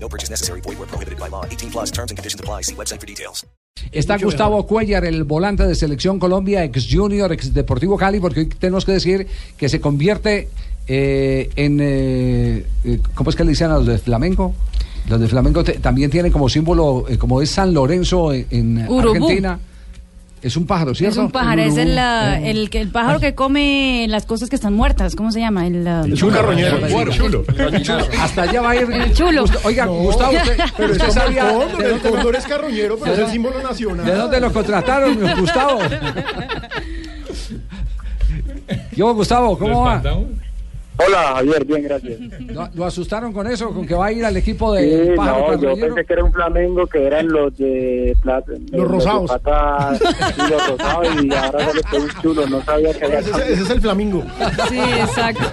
No purchase necessary. Void where prohibited by law. 18 plus terms and conditions apply. See website for details. Está Gustavo Cuellar, el volante de Selección Colombia, ex Junior, ex Deportivo Cali, porque hoy tenemos que decir que se convierte eh, en. eh, eh, ¿Cómo es que le dicen a los de Flamengo? Los de Flamengo te- también tienen como símbolo, eh, como es San Lorenzo en, en Urubú. Argentina. Es un pájaro, ¿cierto? Es un pájaro, es el, ah, urubú. Eh, el, que- el pájaro que come las cosas que están muertas. ¿Cómo se llama? El, ah, chulo. Hasta allá va a ir. El chulo. Usted- oiga, Gustavo, usted, Pero es usted como el sabía cóndor, de, el dónde, cóndor es carroñero, pero es el símbolo nacional. de dónde lo contrataron, Gustavo. Yo, Gustavo, ¿cómo va? Hola, Javier, bien, gracias. ¿Lo, lo asustaron con eso? ¿Con que va a ir al equipo Sí, de Pájaro no, yo Carroñero? pensé que era un flamengo que eran los de plata, rosados. los, de pata- sí, los rosados y ahora sale que un chulo, no sabía que había Ese, es- ese es el flamingo. Sí, exacto.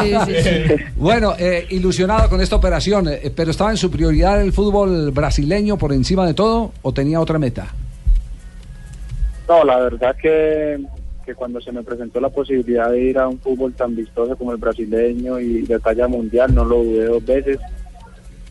Sí, sí, sí. Bueno, eh, ilusionado con esta operación, eh, pero ¿estaba en su prioridad el fútbol brasileño por encima de todo o tenía otra meta? No, la verdad que, que cuando se me presentó la posibilidad de ir a un fútbol tan vistoso como el brasileño y de talla mundial, no lo dudé dos veces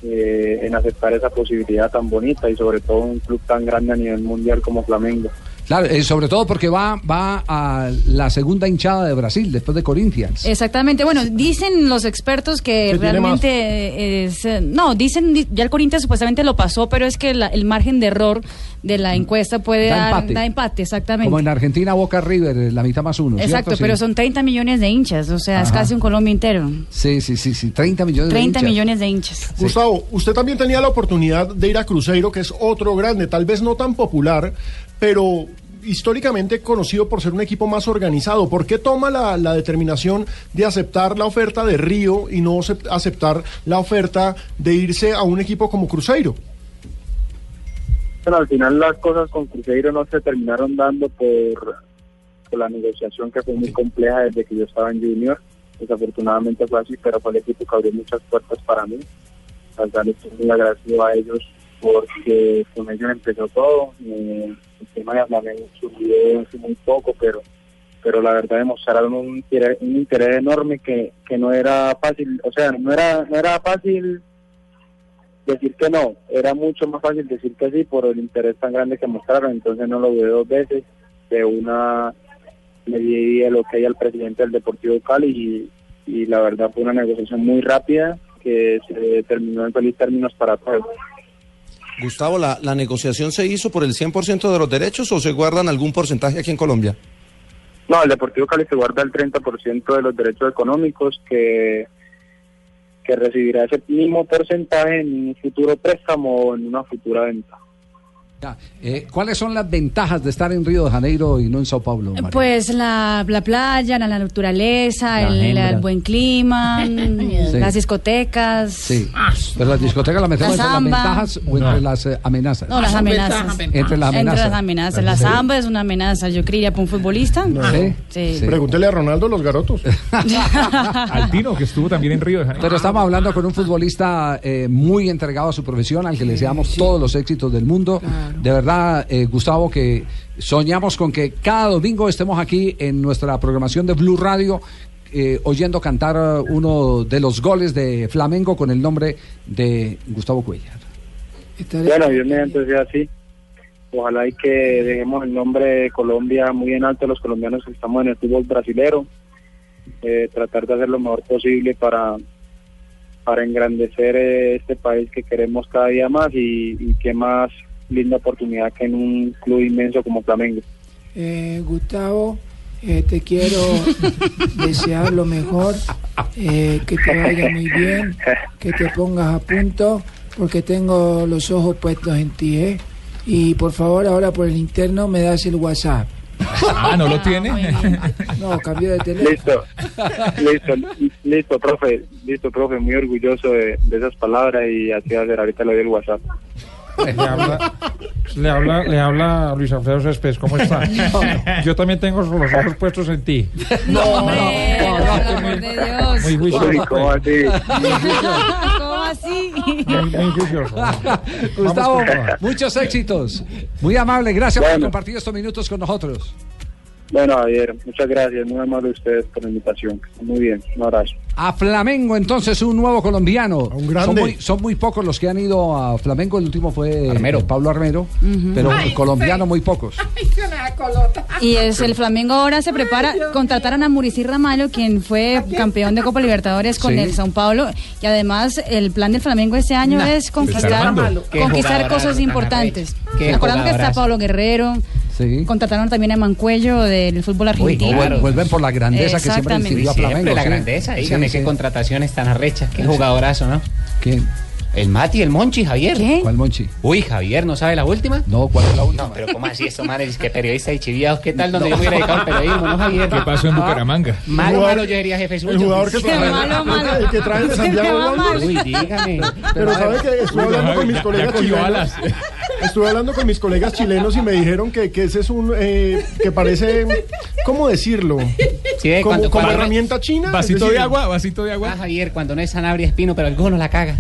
eh, en aceptar esa posibilidad tan bonita y sobre todo un club tan grande a nivel mundial como Flamengo. Claro, eh, sobre todo porque va, va a la segunda hinchada de Brasil después de Corinthians. Exactamente. Bueno, dicen los expertos que, Que tiene realmente es. eh, No, dicen, di- ya el Corinthians supuestamente lo pasó, pero es que la- el margen de error de la encuesta puede Mm. Da dar empate. da empate, exactamente. Como en Argentina, Boca River, eh, la mitad más uno. ¿cierto? Exacto, Sí. pero son 30 millones de hinchas, o sea, es Ajá. casi un Colombia entero. Sí, sí, sí, sí, 30 millones 30 de hinchas. millones de hinchas. Gustavo, usted también tenía la oportunidad de ir a Cruzeiro, que es otro grande, tal vez no tan popular, pero históricamente conocido por ser un equipo más organizado. ¿Por qué toma la, la determinación de aceptar la oferta de Río y no acep- aceptar la oferta de irse a un equipo como Cruzeiro? Bueno, al final las cosas con Cruzeiro no se terminaron dando por, por la negociación que fue muy compleja desde que yo estaba en Junior. Desafortunadamente fue así, pero fue el equipo que abrió muchas puertas para mí. Al cual estoy muy agradecido a ellos porque con ellos empezó todo. Eh, el tema de Flamengo subió hace muy poco, pero pero la verdad demostraron un interés, un interés enorme que, que no era fácil, o sea, no era, no era fácil decir que no, era mucho más fácil decir que sí por el interés tan grande que mostraron, entonces no lo dudé dos veces, de una le di el ok al presidente del Deportivo Cali y, y la verdad fue una negociación muy rápida que se terminó en feliz términos para todos. Gustavo, ¿la, la negociación se hizo por el 100% de los derechos o se guardan algún porcentaje aquí en Colombia? No, el Deportivo Cali se guarda el 30% de los derechos económicos que, que recibirá ese mismo porcentaje en un futuro préstamo o en una futura venta. Ya, eh, ¿Cuáles son las ventajas de estar en Río de Janeiro y no en Sao Paulo? María? Pues la, la playa, la, la naturaleza, La el, el hembra. buen clima, mm, Sí. las discotecas. Sí, pero las discotecas las metemos La entre las samba. ventajas o entre las eh, amenazas. No, las amenazas. Entre las amenazas. Entre las amenazas. La samba es una amenaza, yo creía, para un futbolista. Sí, Sí. sí. Pregúntele a Ronaldo los garotos. Altino, que estuvo también en Río de Janeiro. Pero estamos hablando con un futbolista eh, muy entregado a su profesión, al que le deseamos todos los éxitos del mundo. De verdad, eh, Gustavo, que soñamos con que cada domingo estemos aquí en nuestra programación de Blue Radio. eh, oyendo cantar eh, uno de los goles de Flamengo con el nombre de Gustavo Cuellar. Bueno, Dios mediante sea así. Ojalá y que dejemos el nombre de Colombia muy en alto los colombianos que estamos en el fútbol brasilero. Eh, tratar de hacer lo mejor posible para, para engrandecer eh, este país que queremos cada día más y, y qué más linda oportunidad que en un club inmenso como Flamengo. Eh, Gustavo, eh, te quiero desear lo mejor, eh, que te vaya muy bien, que te pongas a punto, porque tengo los ojos puestos en ti, ¿eh? Y por favor, ahora por el interno me das el WhatsApp. Ah, no lo tiene. No, cambio de teléfono. Listo, listo, listo, profe, listo, profe, muy orgulloso de, de esas palabras y así va a ser. Ahorita le doy el WhatsApp. Le habla- Le habla, le habla Luis Alfredo Céspedes, ¿cómo está? Yo también tengo los ojos puestos en ti. No, hombre, por amor de Dios. Muy Uy, juicioso. ¿cómo así? ¿Cómo así? Muy, muy juicioso. Gustavo, Vamos con toda. muchos éxitos. Muy amable, gracias por Bueno. compartir estos minutos con nosotros. Bueno, Javier, muchas gracias. Muy amable ustedes por la invitación. Muy bien, un abrazo. A Flamengo, entonces, un nuevo colombiano. A un grande. Son muy, son muy pocos los que han ido a Flamengo. El último fue Armero. Pablo Armero, pero colombiano muy pocos. Y es el Flamengo ahora se prepara, contrataron a Muricy Ramalho, quien fue campeón de Copa Libertadores con Sí. el Sao Paulo, y además el plan del Flamengo este año es conquistar, armando. Qué conquistar jugadorazo cosas tan importantes. arrecho. Qué Recordando que está jugadorazo. Pablo Guerrero, Sí. contrataron también a Mancuello del fútbol Uy, argentino. claro. Vuel- Vuelven por la grandeza que siempre Exactamente. distinguió a Siempre Flamengo. la sí. grandeza, Sí, dígame sí. qué contrataciones tan arrechas, qué jugadorazo, ¿no? ¿Quién? El Mati, el Monchi, Javier. ¿Qué? ¿Cuál Monchi? Uy, Javier, ¿no sabe la última? No, ¿cuál es la última? No, pero ¿cómo así eso, manes? Que periodista y chiviados, ¿qué tal donde yo me hubiera dedicado al periodismo, no, Javier? Ah, ¿Qué pasó en Bucaramanga? Malo, malo, yo diría jefe suyo. El jugador que Qué trae, malo, malo. El que trae de Qué Santiago malo. Waldo. Uy, dígame. Pero sabe que estuve hablando con ya- mis ya colegas cogió chilenos. alas. Estuve hablando con mis colegas chilenos y me dijeron que, que ese es un eh, que parece ¿cómo decirlo? Sí, eh, como cuando- como cuando- herramienta china. es Vasito de decir, agua, vasito de Ah, agua. Javier, cuando no es Sanabria Espino, pero alguno la caga.